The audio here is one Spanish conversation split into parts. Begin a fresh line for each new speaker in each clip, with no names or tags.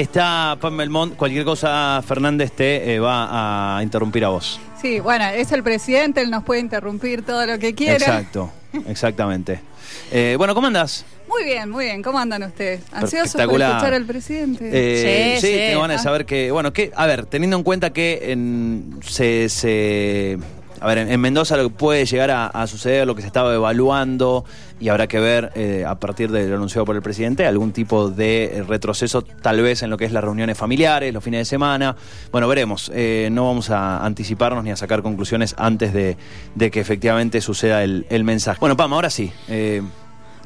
Está Pam Belmont. Cualquier cosa, Fernández te eh, va a interrumpir a vos.
Sí, bueno, es el presidente, él nos puede interrumpir todo lo que quiera.
Exacto, exactamente. Eh, bueno, ¿cómo andás?
Muy bien, muy bien. ¿Cómo andan ustedes? ¿Ansiosos por
Espectacular.
escuchar al presidente?
Eh,
Sí,
sí,
sí.
te van a
Ah.
saber que, bueno, que, a ver, teniendo en cuenta que en, se, se- a ver, en, en Mendoza lo que puede llegar a, a suceder, lo que se estaba evaluando y habrá que ver eh, a partir de lo anunciado por el presidente, algún tipo de eh, retroceso tal vez en lo que es las reuniones familiares, los fines de semana. Bueno, veremos, Eh, no vamos a anticiparnos ni a sacar conclusiones antes de, de que efectivamente suceda el, el mensaje. Bueno, Pam, ahora sí. eh,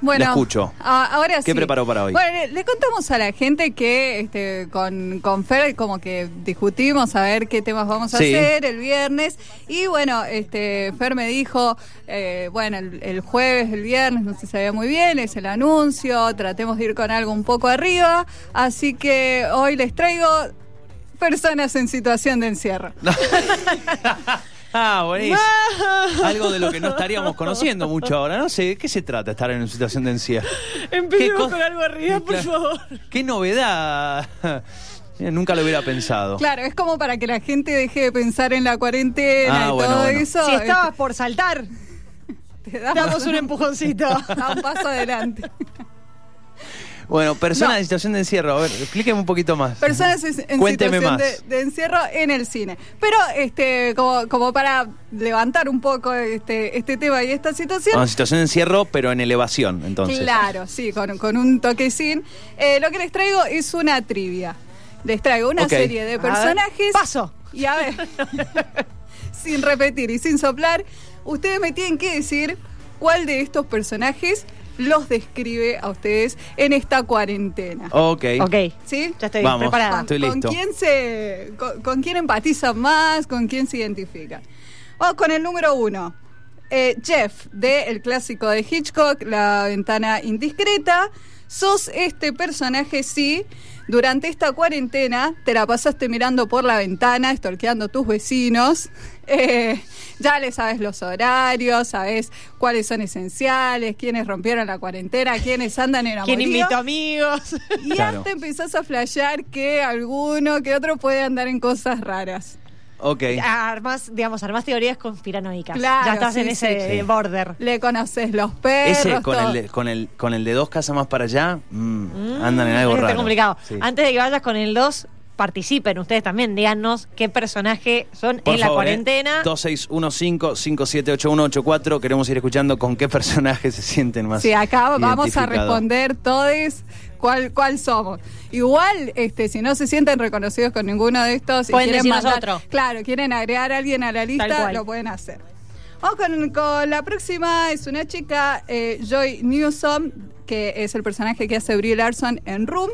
la escucho.
a- ahora
¿Qué
sí.
preparó para hoy?
Bueno, le, le contamos a la gente que este, con, con Fer como que discutimos a ver qué temas vamos a
Sí.
hacer el viernes. Y bueno, este Fer me dijo, eh, bueno, el, el jueves, el viernes, no se sabía muy bien, es el anuncio, tratemos de ir con algo un poco arriba. Así que hoy les traigo personas en situación de encierro.
Ah, buenísimo. Algo de lo que no estaríamos conociendo mucho ahora. No sé, ¿de qué se trata estar en una situación de encierro? ¿Qué
Empecemos
cosa-
con algo arriba, por
Claro.
favor.
¡Qué novedad! Nunca lo hubiera pensado.
Claro, es como para que la gente deje de pensar en la cuarentena
Ah,
y
bueno,
todo
bueno.
eso.
Si estabas por saltar,
este, te da-
damos un empujoncito.
da un paso adelante.
Bueno, personas
No.
en situación de encierro. A ver, explíqueme un poquito más.
Personas es- en
Cuénteme
situación
más.
de, de encierro en el cine. Pero este, como, como para levantar un poco este, este tema y esta situación.
Ah, situación de encierro, pero en elevación, entonces.
Claro, sí, con, con un toquecín. Eh, lo que les traigo es una trivia. Les traigo una
Ok.
serie de
A ver,
personajes.
paso.
Y a ver, sin repetir y sin soplar, ustedes me tienen que decir cuál de estos personajes los describe a ustedes en esta cuarentena.
Ok.
Ok,
¿Sí?
ya estoy
Vamos.
preparada.
estoy listo.
quién se, con, con quién empatizan más? ¿Con quién se identifican? Vamos con el número uno. Eh, Jeff, de el clásico de Hitchcock, La ventana indiscreta. Sos este personaje, sí. Durante esta cuarentena te la pasaste mirando por la ventana, estorqueando tus vecinos. Eh, ya le sabes los horarios, sabes cuáles son esenciales, quiénes rompieron la cuarentena, quiénes andan en
¿Quién
amorío.
invitó amigos?
Y
Claro.
hasta empezás a flashear que alguno que otro puede andar en cosas raras.
Ok.
Armas, digamos, armas teorías conspiranoicas.
Claro,
ya estás
sí,
en ese
sí, sí.
border.
Le conoces los perros.
Ese con
todo.
el, de- con, el, con el de dos casas más para allá, mm, andan en
Mm,
algo
está
raro.
complicado.
Sí.
Antes de que vayas con el 2, participen ustedes también. Díganos qué personaje son
Por
en la
favor, ¿eh?
cuarentena.
2615-578184. Queremos ir escuchando con qué personajes se sienten más.
Sí, acá vamos a
identificados.
responder todos cuál, cuál somos. Igual, este, si no se sienten reconocidos con ninguno de estos
Pueden
y quieren
decirnos
mandar-
otro.
Claro, quieren agregar a alguien a la
Tal
lista,
cual.
lo pueden hacer. Vamos con, con la próxima, es una chica, eh, Joy Newsom, que es el personaje que hace Brie Larson en Room.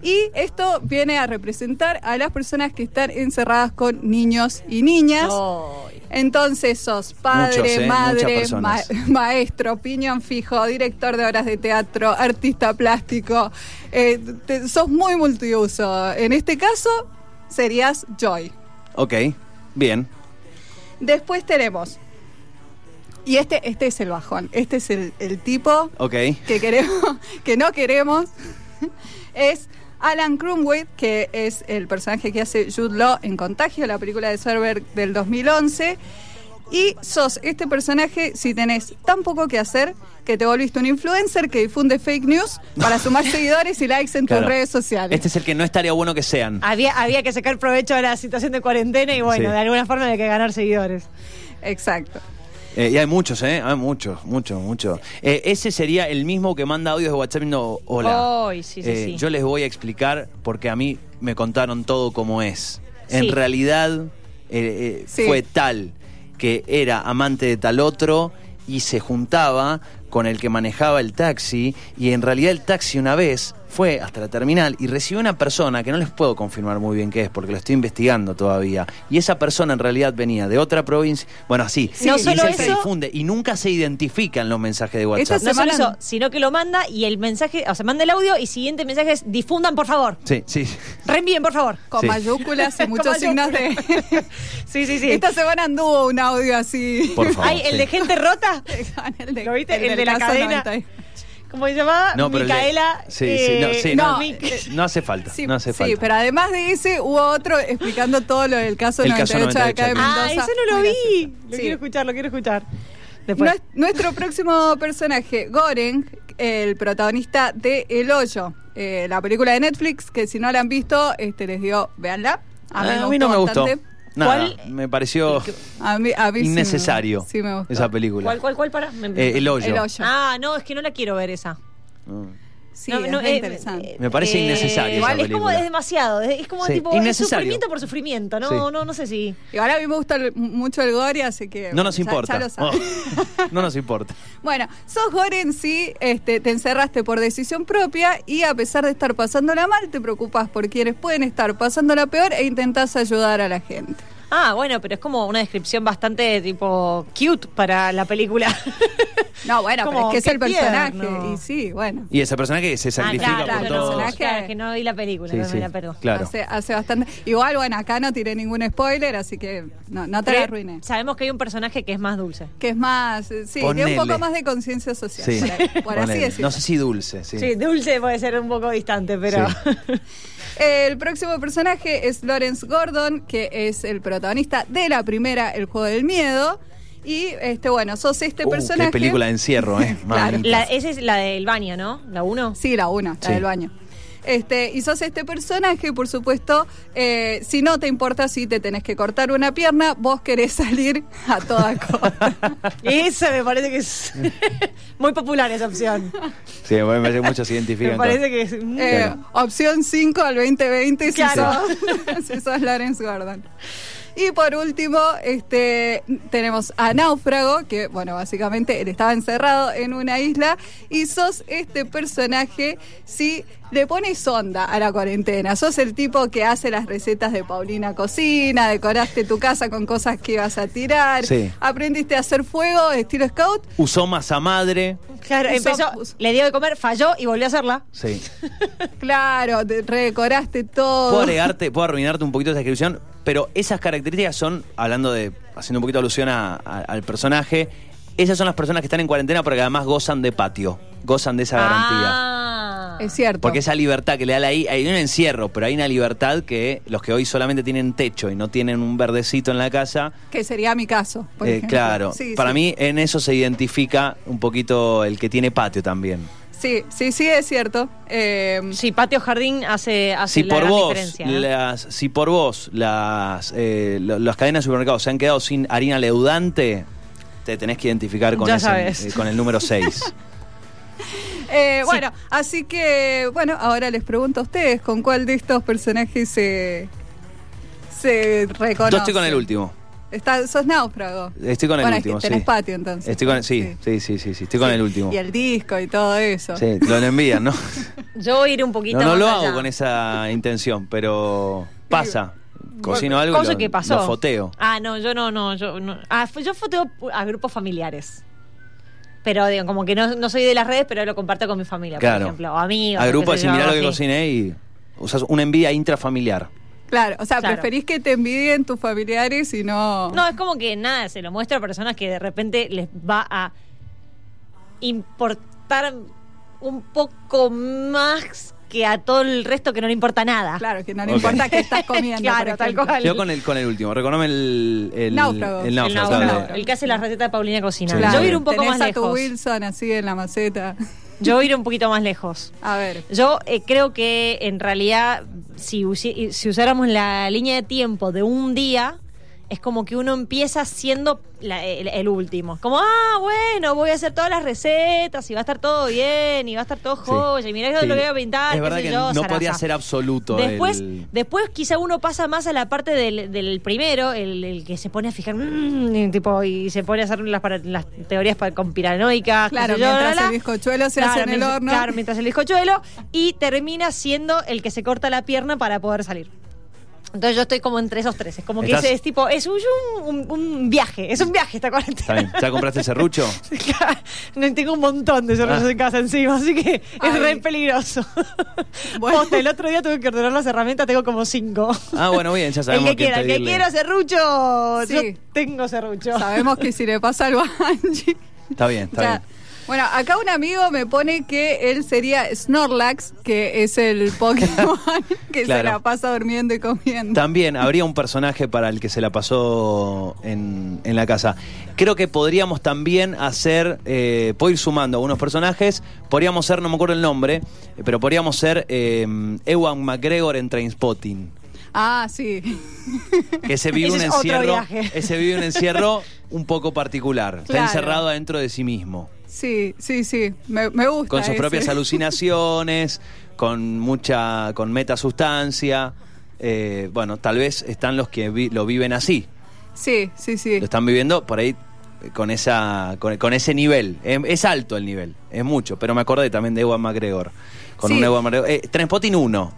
Y esto viene a representar a las personas que están encerradas con niños y niñas.
Oh. Ay.
Entonces sos padre,
Muchos, ¿eh?
madre,
Muchas
ma-
personas.
maestro, piñón fijo, director de obras de teatro, artista plástico. Eh, te- sos muy multiuso. En este caso, serías Joy.
Ok, bien.
Después tenemos. Y este, este es el bajón. Este es el, el tipo
Ok.
que queremos, que no queremos. Es Alan Crumwith, que es el personaje que hace Jude Law en Contagio, la película de Soderbergh del 2011. Y sos este personaje si tenés tan poco que hacer que te volviste un influencer que difunde fake news para sumar seguidores y likes en
Claro.
tus redes sociales.
Este es el que no estaría bueno que sean.
Había, había que sacar provecho de la situación de cuarentena y bueno,
Sí.
de alguna forma hay que ganar seguidores.
Exacto.
Eh, y hay muchos, ¿eh? Hay muchos, muchos, muchos. Eh, ese sería el mismo que manda audios de WhatsApp diciendo, hola.
Ay, sí, sí,
Eh,
sí.
Yo les voy a explicar porque a mí me contaron todo como es. En
Sí.
realidad eh, eh,
Sí.
fue tal que era amante de tal otro y se juntaba con el que manejaba el taxi y en realidad el taxi una vez fue hasta la terminal y recibió una persona que no les puedo confirmar muy bien qué es porque lo estoy investigando todavía y esa persona en realidad venía de otra provincia bueno así
Sí, No
y
solo
se- se
eso-
difunde y nunca se identifican los mensajes de WhatsApp
Esto
No solo
Semana-
eso, siguiente que lo manda y el mensaje, o sea, manda el audio y siguiente mensaje es difundan, por favor.
sí sí
Reenvíen, por favor.
Con
Sí.
mayúsculas y
Con
muchos signos de...
Sí, sí, sí.
Esta semana anduvo un audio así.
por favor
Ay, el
sí.
de gente rota.
Con el de,
¿Lo viste? El
del
de la
caso
cadena. ¿Cómo se llamaba?
No, pero el de-
Micaela.
Sí, sí, no,
eh,
sí, no,
no,
Mic.
eh, no hace falta.
Sí,
no hace
sí,
falta.
pero además de ese hubo otro explicando todo lo del caso
El
98,
caso
de acá de
98.
Mendoza.
Ah, ese no lo
Muy
vi.
gracioso.
Lo
Sí.
quiero escuchar, lo quiero escuchar. Después.
Nues- Nuestro próximo personaje, Goren, el protagonista de El Hoyo, eh, la película de Netflix, que si no la han visto, este, les digo, véanla. A mí,
Ah,
me
a mí no me gustó.
bastante.
Nada,
¿Cuál?
me pareció
A mí, a mí sí me-
innecesario
Sí me gustó.
esa película.
¿Cuál, cuál, cuál para? Me-
Eh, el hoyo.
El Hoyo.
Ah, no, es que no la quiero ver esa.
Mm.
Sí,
No,
es
no,
re
eh,
interesante.
eh,
Me parece innecesaria esa
Igual es como
película.
es demasiado, es, es como
Sí,
tipo es
innecesario.
sufrimiento por sufrimiento, no,
Sí.
no, no sé si.
Igual a mí me gusta el- mucho el gore, así que...
No nos
ya- ya
importa.
lo saben.
Oh, no nos importa.
Bueno, sos Goren, sí, este, te encerraste por decisión propia y a pesar de estar pasándola mal, te preocupas por quienes pueden estar pasándola peor e intentás ayudar a la gente.
Ah, bueno, pero es como una descripción bastante tipo cute para la película.
No, bueno, pero
Como,
es que es el
qué
personaje.
tierno.
Y sí, bueno.
Y ese personaje se sacrifica
Ah, claro,
por
claro,
todos.
personaje.
Claro, que no vi la película,
Sí,
no
sí,
me la perdón.
Claro.
Hace, hace bastante. Igual, bueno, acá no tiré ningún spoiler, así que no, no
¿Eh?
te la arruiné.
Sabemos que hay un personaje que es más dulce.
Que es más, eh, sí,
Ponele.
de un poco más de conciencia social.
Sí.
Por, por así
Ponele.
decirlo.
No sé si dulce, sí. Uh,
Sí. dulce puede ser un poco distante, pero.
Este El próximo personaje es Lawrence Gordon, que es el protagonista de la primera, El Juego del Miedo. Y este, bueno, sos este
Uh,
personaje.
Qué película de encierro, ¿eh?
Claro.
Mamita.
La- esa es la del baño, ¿no? La uno.
Sí, la una, la
Sí.
del baño. Este, y sos este personaje, por supuesto, eh, si no te importa si te tenés que cortar una pierna, vos querés salir a toda costa.
Esa me parece que es muy popular esa opción.
Sí, me parece que muchos se identifican.
Me
con-
parece que es mm, muy-
Eh,
Claro.
Opción 5 al 2020 si,
Claro.
sos, si sos Lawrence Gordon. Y por último, este, tenemos a Náufrago, que bueno, básicamente él estaba encerrado en una isla y sos este personaje si le pones onda a la cuarentena. Sos el tipo que hace las recetas de Paulina Cocina, decoraste tu casa con cosas que ibas a tirar,
Sí.
aprendiste a hacer fuego estilo scout.
Usó masa madre.
Claro,
Usó-
empezó,
usó-
le dio de comer, falló y volvió a hacerla.
Sí.
Claro, te redecoraste todo.
Puedo agregarte, puedo arruinarte un poquito esa descripción, pero esas características son, hablando de, haciendo un poquito alusión a- a- al personaje, esas son las personas que están en cuarentena porque además gozan de patio, gozan de esa garantía.
Ah.
Es cierto.
Porque esa libertad que le da la I- hay un encierro, pero hay una libertad que los que hoy solamente tienen techo y no tienen un verdecito en la casa,
Que sería mi caso. por
eh,
ejemplo.
claro,
Sí,
para
sí.
mí en eso se identifica un poquito el que tiene patio también.
Sí, sí, sí, es cierto. Eh,
Sí, patio jardín hace,
Si
hace la
por,
gran
vos,
diferencia. ¿no?
las, si por vos las eh, lo- las cadenas de supermercados se han quedado sin harina leudante, te tenés que identificar con,
Ya
ese-
sabes.
eh, con el número 6.
eh, Bueno, así que, bueno, ahora les pregunto a ustedes con cuál de estos personajes se, se reconocen.
Yo estoy con el último.
Está- sos náufrago.
Estoy con el
Bueno, es que
último.
tenés
sí.
patio, entonces.
Estoy con, sí, sí, sí, sí, sí, estoy con el último.
Y el disco y todo eso.
Sí, lo envían, ¿no?
Yo iré un poquito
No, no
más
lo
allá.
hago con esa intención, pero pasa. Cocino algo y
Cosa
lo,
que pasó.
lo foteo.
Ah, no, yo no, no, yo no. Ah, fue- yo foteo a grupos familiares. Pero digo, como que no, no soy de las redes, pero lo comparto con mi familia,
Claro.
por ejemplo, o amigos.
A grupo
qué sé
decir,
yo,
mirá lo que
así".
cociné y usas una envidia intrafamiliar.
Claro, o sea,
Claro.
preferís que te envidien tus familiares y no...
No, es como que nada, se lo muestro a personas que de repente les va a importar un poco más que a todo el resto que no le importa nada.
Claro, que no le
Ok.
importa qué estás comiendo.
Claro,
por
tal
ejemplo.
cual.
Yo con el, con el último, reconome el, el
Náufrago.
El
el,
náufrago.
náufrago,
claro.
el que hace las recetas de Paulina Cocina.
Sí.
Yo
Claro.
voy a ir un poco
Tenés
más
a tu
lejos.
Wilson así en la maceta.
Yo voy a ir un poquito más lejos.
A ver.
Yo eh, creo que en realidad, si, usi- si usáramos la línea de tiempo de un día, es como que uno empieza siendo la- el, el último. Como, ah, bueno, voy a hacer todas las recetas y va a estar todo bien y va a estar todo
Sí.
joya y mirá yo
Sí.
lo que voy a pintar.
Es
qué
verdad
sé
que
yo,
no
zaraza".
podía ser absoluto.
Después,
el-
después quizá uno pasa más a la parte del, del primero, el, el que se pone a fijar, mm, y tipo, y se pone a hacer las, para- las teorías para- conspiranoicas. qué
Claro,
sé yo,
mientras
la, la,
el bizcochuelo se hace en el
mientras-
horno.
Claro, mientras el bizcochuelo y termina siendo el que se corta la pierna para poder salir. Entonces yo estoy como entre esos tres. Es como que
Estás-
ese es tipo, es un, un- un viaje, es un viaje esta
Está
cuarentena.
bien. ¿Ya compraste el serrucho?
Claro, no, tengo un montón de cerros
Ah.
en casa encima, así que es
Ay.
re peligroso.
Bueno.
Posta, el otro día tuve que ordenar las herramientas, tengo como cinco.
Ah, bueno, bien, ya
El
sabemos
que quiera, el que
pedirle.
quiera serrucho,
Sí.
yo tengo serrucho.
Sabemos que si le pasa algo a Angie.
Está bien, está
ya-
bien.
Bueno, acá un amigo me pone que él sería Snorlax, que es el Pokémon que se
Claro.
la pasa durmiendo y comiendo.
También habría un personaje para el que se la pasó en, en la casa. Creo que podríamos también hacer, eh, puedo ir sumando algunos personajes, podríamos ser, no me acuerdo el nombre, eh, pero podríamos ser eh, Ewan McGregor en Trainspotting.
Ah, sí.
Que se vive
Ese
un
es otro
encierro,
viaje.
ese vive un encierro un poco particular. Está
Claro.
encerrado adentro de sí mismo.
Sí, sí, sí. Me, me gusta.
Con sus
ese.
propias alucinaciones, con mucha, con meta sustancia. Eh, bueno, tal vez están los que vi- lo viven así.
Sí, sí, sí.
lo están viviendo por ahí eh, con esa con, con ese nivel. Em, Es, alto el nivel, es mucho, pero me acordé también de Ewan McGregor. Con
Sí.
un Ewan McGregor. Eh, Transpotting 1.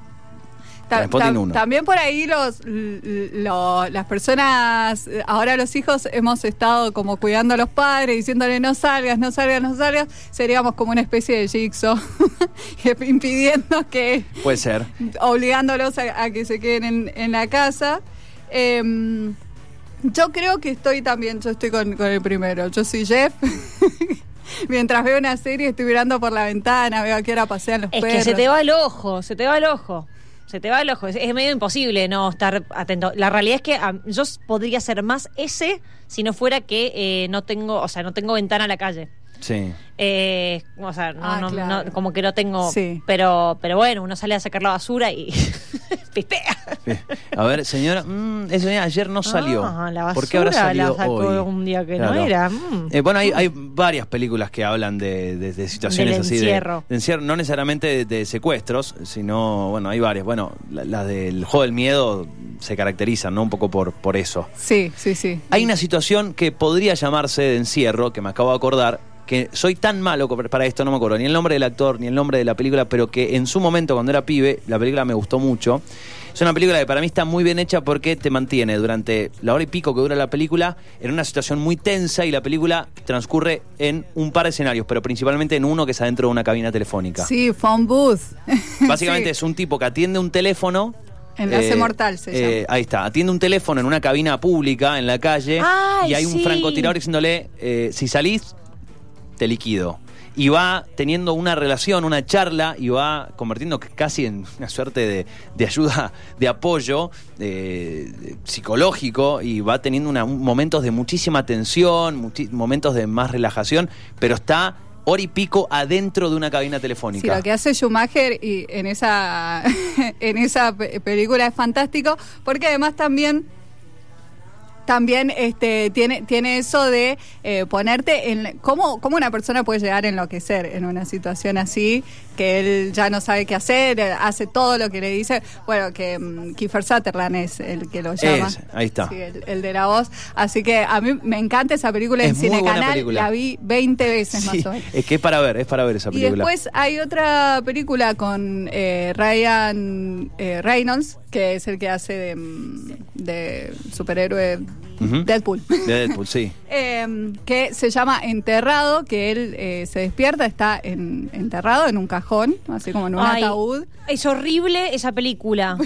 Ta-
Transpotting
ta-
uno.
También por ahí los, l- l- lo- las personas, eh, ahora los hijos hemos estado como cuidando a los padres, diciéndole no salgas, no salgas, no salgas, seríamos como una especie de jigsaw, impidiendo que,
Puede ser.
obligándolos a, a que se queden en, en la casa. Em, yo creo que estoy también, yo estoy con, con el primero, yo soy Jeff. Mientras veo una serie, estoy mirando por la ventana, veo a qué hora pasean los
Es
perros.
que se te va el ojo, se te va el ojo. Se te va el ojo. Es, es medio imposible no estar atento. La realidad es que ah, yo s- podría ser más ese si no fuera que eh, no tengo, o sea, no tengo ventana a la calle.
Sí.
Eh, o sea, no,
Ah,
no-
claro.
no- como que no tengo.
Sí.
Pero, pero bueno, uno sale a sacar la basura y pistea.
Eh, A ver, señora, mm, esa señora ayer no salió.
Ah, la
¿Por qué habrá
basura la
salido
sacó
hoy?
un día que no era, mm.
Eh, bueno, hay, hay varias películas que hablan de, de- de situaciones
Del
así. de-
encierro.
de encierro, no necesariamente de, de secuestros, sino, bueno, hay varias. Bueno, la- las del juego del miedo se caracterizan, ¿no? Un poco por, por eso.
Sí, sí, sí.
Hay una situación que podría llamarse de encierro, que me acabo de acordar, que soy tan malo co- para esto, no me acuerdo ni el nombre del actor, ni el nombre de la película, pero que en su momento, cuando era pibe, la película me gustó mucho. Es una película que para mí está muy bien hecha porque te mantiene durante la hora y pico que dura la película en una situación muy tensa y la película transcurre en un par de escenarios, pero principalmente en uno que es adentro de una cabina telefónica.
Sí, phone booth.
Básicamente
Sí.
es un tipo que atiende un teléfono. eh,
Enlace mortal se llama.
Ahí está, atiende un teléfono en una cabina pública en la calle
Ay,
y hay un
sí.
francotirador diciéndole, eh, si salís, te liquido. Y va teniendo una relación, una charla, y va convirtiendo c- casi en una suerte de, de ayuda, de apoyo eh, de- psicológico, y va teniendo una- un- momentos de muchísima tensión, muchi- momentos de más relajación, pero está hora y pico adentro de una cabina telefónica.
Sí, lo que hace Schumacher y en esa en esa pe- película es fantástico, porque además también también este tiene tiene eso de eh, ponerte en cómo cómo una persona puede llegar a enloquecer en una situación así que él ya no sabe qué hacer, eh, hace todo lo que le dice, bueno, que mm, Kiefer Sutherland es el que lo llama.
Es, ahí está.
Sí, el, el de la voz, así que a mí me encanta esa película
Es
en
muy
Cine
buena
Canal,
película.
la vi 20 veces
Sí,
más o menos.
es que es para ver, es para ver esa
Y
película.
después hay otra película con eh, Ryan eh, Reynolds, que es el que hace de, mm, de superhéroe
Ujú.
Deadpool.
De Deadpool, sí.
Em, que se llama Enterrado, que él eh, se despierta, está en- enterrado en un cajón, así como en un
Ay,
ataúd.
Es horrible esa película.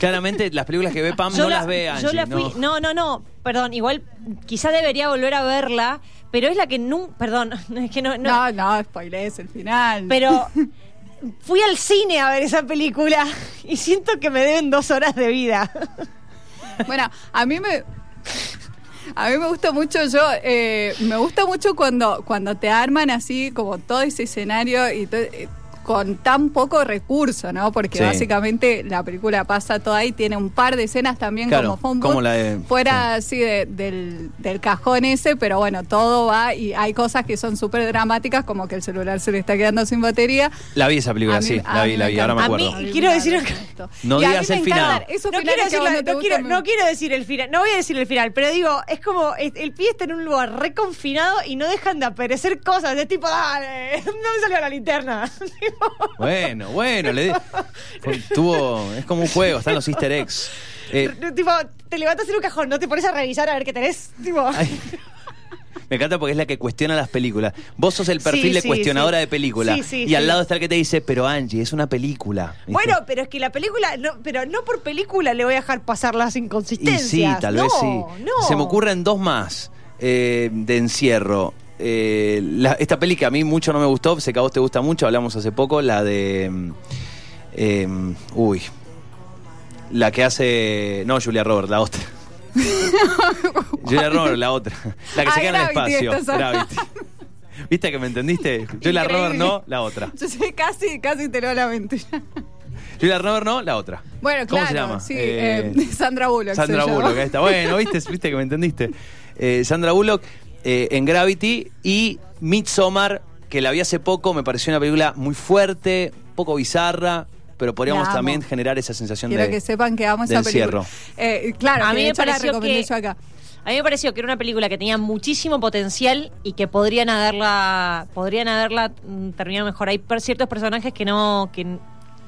Claramente las películas que ve Pam no
la-
las ve Angie.
yo la fui,
no.
no. no, no, perdón, igual quizá debería volver a verla, pero es la que nunca, perdón, es que no,
No,
no,
no, spoilers el final.
pero fui al cine a ver esa película y siento que me deben dos horas de vida.
Bueno, a mí me. A mí me gusta mucho, yo eh, me gusta mucho cuando, cuando te arman así como todo ese escenario y to- eh, con tan poco recurso, ¿no? Porque
Sí.
básicamente la película pasa toda ahí, tiene un par de escenas también
Claro,
como phone
como
booth,
la de-
fuera así de- del, del cajón ese, pero bueno, todo va y hay cosas que son súper dramáticas, como que el celular se le está quedando sin batería.
La vi esa película,
A mí-
sí.
a
La
mí
vi, la vi, ahora me
encanta.
acuerdo.
A mí- quiero decir-
No
Y a mí
digas
me
el final.
encantan esos
No quiero,
finales que a
decir
vos
la-
te
no, quiero,
gustan,
no quiero decir el final, no voy a decir el final, pero digo, es como es- el pie está en un lugar reconfinado y no dejan de aparecer cosas, es tipo, dale, no me salió la linterna.
Bueno, bueno, le di- fue- tuvo, es como un juego, están los easter eggs. Eh,
tipo, te levantas en un cajón, no te pones a revisar a ver qué tenés. Tipo.
ay, me encanta porque es la que cuestiona las películas. Vos sos el perfil
Sí,
de
sí,
cuestionadora
sí.
de película.
Sí, sí,
y al
sí.
lado está el que te dice, pero Angie, es una película. ¿viste?
Bueno, pero es que la película, no, pero no por película le voy a dejar pasar las
Y
inconsistencias.
sí, tal
No,
vez sí.
No.
Se me ocurren dos más eh, de encierro. eh, la- esta peli que a mí mucho no me gustó, sé que a vos te gusta mucho, hablamos hace poco, la de... mm, em, uy. La que hace... No, Julia Roberts, la otra. Julia Roberts, la otra. La que
Ah,
se queda en el
Gravity
espacio.
estás hablando.
Gravity. ¿Viste que me entendiste? Julia
Increíble.
Roberts no, la otra.
Yo sé, casi, casi te lo la mentira.
Julia Roberts no, la otra.
Bueno,
¿Cómo
claro,
se llama?
sí,
Eh,
eh, Sandra Bullock. se
Sandra
llama.
Bullock, ahí está. Bueno, viste, viste que me entendiste. Eh, Sandra Bullock eh, en Gravity y Midsommar, que la vi hace poco, me pareció una película muy fuerte, un poco bizarra, pero podríamos
La amo.
también generar esa sensación
Quiero
de...
que sepan que amo
de
esa película.
encierro.
Eh, claro,
A
que
mí
de
me
hecho la
pareció
recomendé
que-
yo acá.
A mí me pareció que era una película que tenía muchísimo potencial y que podrían haberla, podrían haberla mm, terminado mejor. Hay per- ciertos personajes que no, que,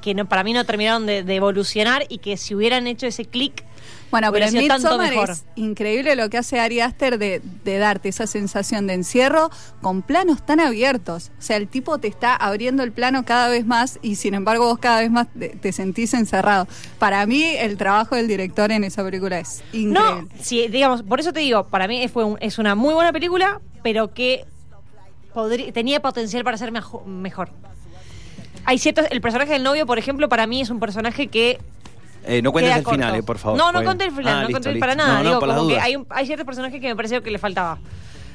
que no, para mí no terminaron de, de evolucionar y que si hubieran hecho ese clic,
Bueno, pero
Hubiera
en
sido tanto
Midsommar
mejor.
es increíble lo que hace Ari Aster de, de darte esa sensación de encierro con planos tan abiertos. O sea, el tipo te está abriendo el plano cada vez más y sin embargo vos cada vez más te, te sentís encerrado. Para mí el trabajo del director en esa película es increíble.
no, si digamos, por eso te digo, para mí fue un- es una muy buena película, pero que podri- tenía potencial para ser mejo- mejor. Hay ciertos, el personaje del novio, por ejemplo, para mí es un personaje que
Eh, no cuentes
queda
el
corto.
final, eh, por favor.
No, no
Bueno.
conté el final,
Ah,
no
listo,
conté el
listo.
para nada.
No, no,
Digo,
por las
como que
dudas.
hay, un- hay ciertos personajes que me pareció que le faltaba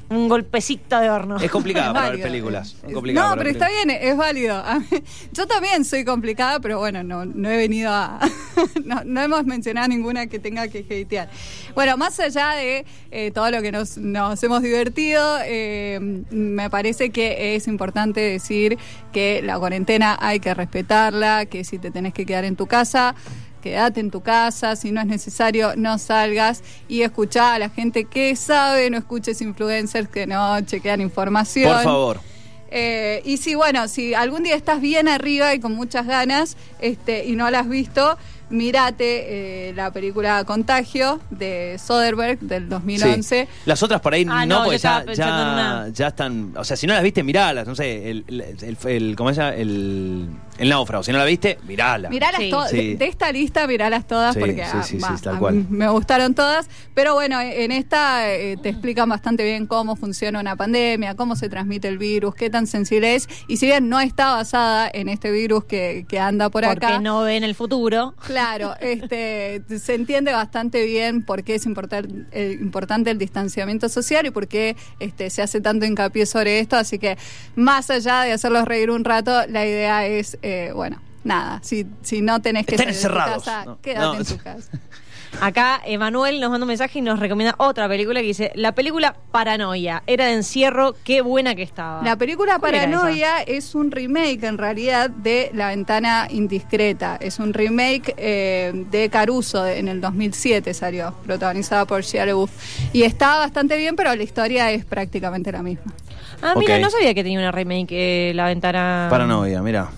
un golpecito de horno.
Es complicado para ver
válido.
películas. es
Es-
complicado
no,
para
pero
ver
está
películas.
bien, es válido. A mí- Yo también soy complicada, pero bueno, no, no he venido a... no, no hemos mencionado ninguna que tenga que hatear. Bueno, más allá de eh, todo lo que nos, nos hemos divertido, eh, me parece que es importante decir que la cuarentena hay que respetarla, que si te tenés que quedar en tu casa... Quédate en tu casa, si no es necesario, no salgas y escuchá a la gente que sabe, no escuches influencers que no chequean información.
Por favor.
Eh, y si, bueno, si algún día estás bien arriba y con muchas ganas este, y no la has visto, mírate eh, la película Contagio de Soderbergh del 2011.
Sí. Las otras por ahí no,
Ah, no,
porque
yo estaba
ya,
pensando en
ya-
una.
ya están. O sea, si no las viste, miralas. No sé, el, el, el- el- ¿cómo se llama? El, el náufrago. Si no la viste, mirala.
Miralas
Sí.
todas,
Sí.
de, de esta lista miralas todas
Sí,
porque
sí,
ah,
sí, sí,
va,
tal
a mí
cual.
me gustaron todas, pero bueno, e- en esta eh, te explican bastante bien cómo funciona una pandemia, cómo se transmite el virus, qué tan sensible es, y si bien no está basada en este virus que, que anda por
porque
acá,
no ven el futuro.
Claro, este, se entiende bastante bien por qué es importar- eh, importante el distanciamiento social y por qué este, se hace tanto hincapié sobre esto. Así que, más allá de hacerlos reír un rato, la idea es, eh, bueno, nada, si, si no tenés que
Estén
salir de tu
encerrados.
casa,
No,
quédate
no.
en tu casa.
Acá Emanuel nos manda un mensaje y nos recomienda otra película que dice, la película Paranoia, era de encierro, qué buena que estaba.
La película
¿Cuál Ah, era
Paranoia es un remake en realidad de La ventana indiscreta. Es un remake eh, de Caruso de- en el 2007 salió, protagonizada por Shia LaBeouf. Y está bastante bien, pero la historia es prácticamente la misma.
Ah, mira,
Ok.
no sabía que tenía una remake, eh, La Ventana...
Paranoia, mira.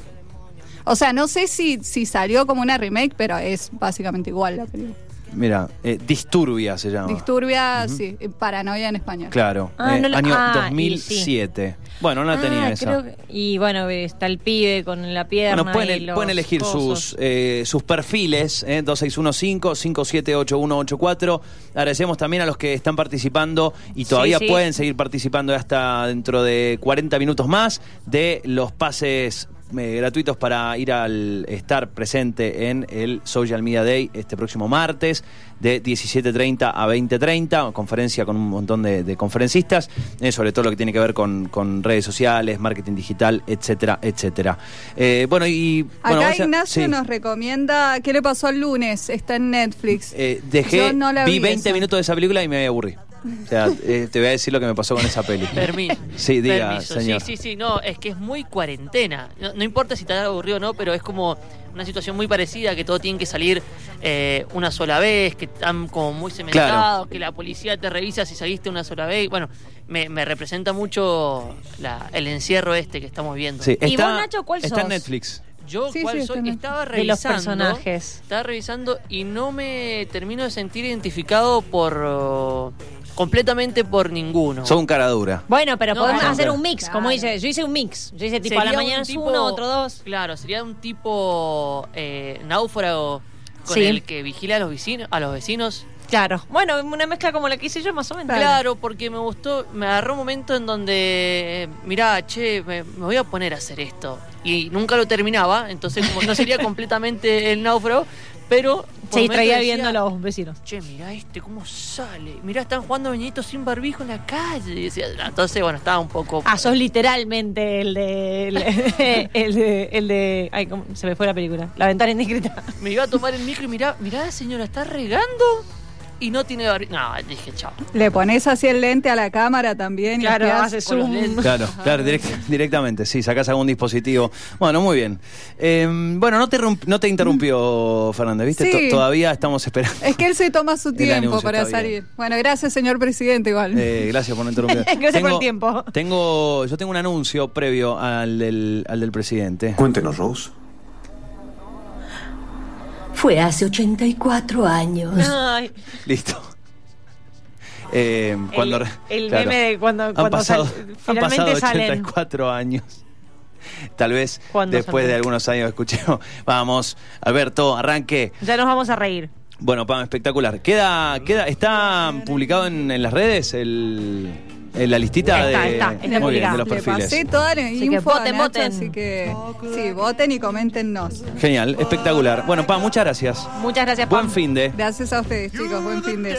O sea, no sé si, si salió como una remake, pero es básicamente igual la película.
Mira. eh, Disturbia se llama.
Disturbia, sí, eh, Paranoia en español.
Claro.
Ah,
eh,
no la-
año
ah, y
2007. Bueno, no la
Ah,
tenía esa.
creo que- Y bueno, está el pibe con la pierna.
Bueno, pueden,
y
el-
los
pueden elegir
cosos.
sus, eh, sus perfiles, eh, 2615-578184. Agradecemos también a los que están participando y
Sí,
todavía
sí.
pueden seguir participando hasta dentro de 40 minutos más de los pases eh, gratuitos para ir al estar presente en el Social Media Day este próximo martes de 17.30 a 20.30, conferencia con un montón de, de conferencistas, eh, sobre todo lo que tiene que ver con, con redes sociales, marketing digital, etcétera, etcétera. Eh, bueno, y...
Acá
bueno, vamos a-
Ignacio
sí.
nos recomienda ¿Qué le pasó el lunes? Está en Netflix.
Eh, dejé,
Yo no la
vi,
vi
20
esa.
minutos de esa película y me aburrí. O sea, eh, te voy a decir lo que me pasó con esa peli.
Permiso.
Sí, diga,
Permiso.
señor.
Sí, sí, sí, no, es que es muy cuarentena. No, no importa si te da aburrido o no, pero es como una situación muy parecida, que todo tiene que salir eh, una sola vez, que están como muy cementados, que la policía te revisa si saliste una sola vez. Bueno, me, me representa mucho la- el encierro este que estamos viendo.
Sí,
¿Y
está,
vos, Nacho, cuál
está en
sos?
Netflix.
Yo
Sí,
cuál
sí,
soy,
está en-
estaba
de los
revisando.
personajes.
Estaba revisando y no me termino de sentir identificado por oh, completamente por ninguno.
Sos un cara dura.
Bueno, pero
No,
podemos
claro.
hacer un mix, como
Claro.
dice, yo hice un mix. Yo hice tipo a la
Sería un
mañana es
tipo-
uno, otro dos.
Claro, sería un tipo eh, náufrago con
Sí.
el que vigila a los vecinos, a los vecinos
Claro. Bueno, una mezcla como la que hice yo, más o menos.
Claro, porque me gustó, me agarró un momento en donde, eh, mirá, che, me, me voy a poner a hacer esto. Y nunca lo terminaba, entonces como no sería completamente el náufrago, pero... por
Se distraía
momentos decía,
viendo a los vecinos.
Che, mirá este, cómo sale. Mirá, están jugando beñitos sin barbijo en la calle. Y decía, "Ah", Entonces, bueno, estaba un poco...
Ah, sos literalmente el de. El, de- el de. el de- ay, ¿cómo? se me fue la película. La ventana indiscreta.
Me iba a tomar el micro y mirá, mirá, señora, está regando y no tiene barbijo. No, dije, chao.
Le pones así el lente a la cámara también. y
Claro,
espiás.
haces
con los
zoom.
lentes.
Claro, claro, direct- directamente, sí, sacás algún dispositivo. Bueno, muy bien. Eh, bueno, no te, rum- no te interrumpió, Fernández, ¿viste?
Sí.
To- Todavía estamos esperando.
Es que él se toma su
El
tiempo
anuncio
para
está
salir.
bien.
Bueno, gracias, señor presidente, igual.
Eh, gracias por no interrumpir.
Gracias por el tiempo.
Tengo, yo tengo un anuncio previo al del, al del presidente.
Cuéntenos, Rose.
Fue hace 84 años.
Ay,
Listo. Eh, cuando,
el,
re-
el
claro.
meme de cuando,
Han
cuando
pasado,
sal-
han
finalmente
pasado
salen.
84 años. Tal vez
¿Cuándo
después
salen?
de algunos años escuchemos. Vamos, Alberto, arranque.
Ya nos vamos a reír.
Bueno, Pam, espectacular. Queda, queda, está publicado en, en las redes el, el- la listita
Está,
de,
está, está
muy bien,
publicado.
de los
Le pasé
perfiles.
toda la
que
info a
voten,
Nacho,
voten.
así que sí, voten y coméntenos.
Genial, espectacular. Bueno, Pam, muchas gracias.
Muchas gracias, Pam.
Buen fin de.
Gracias a ustedes, chicos. Buen fin de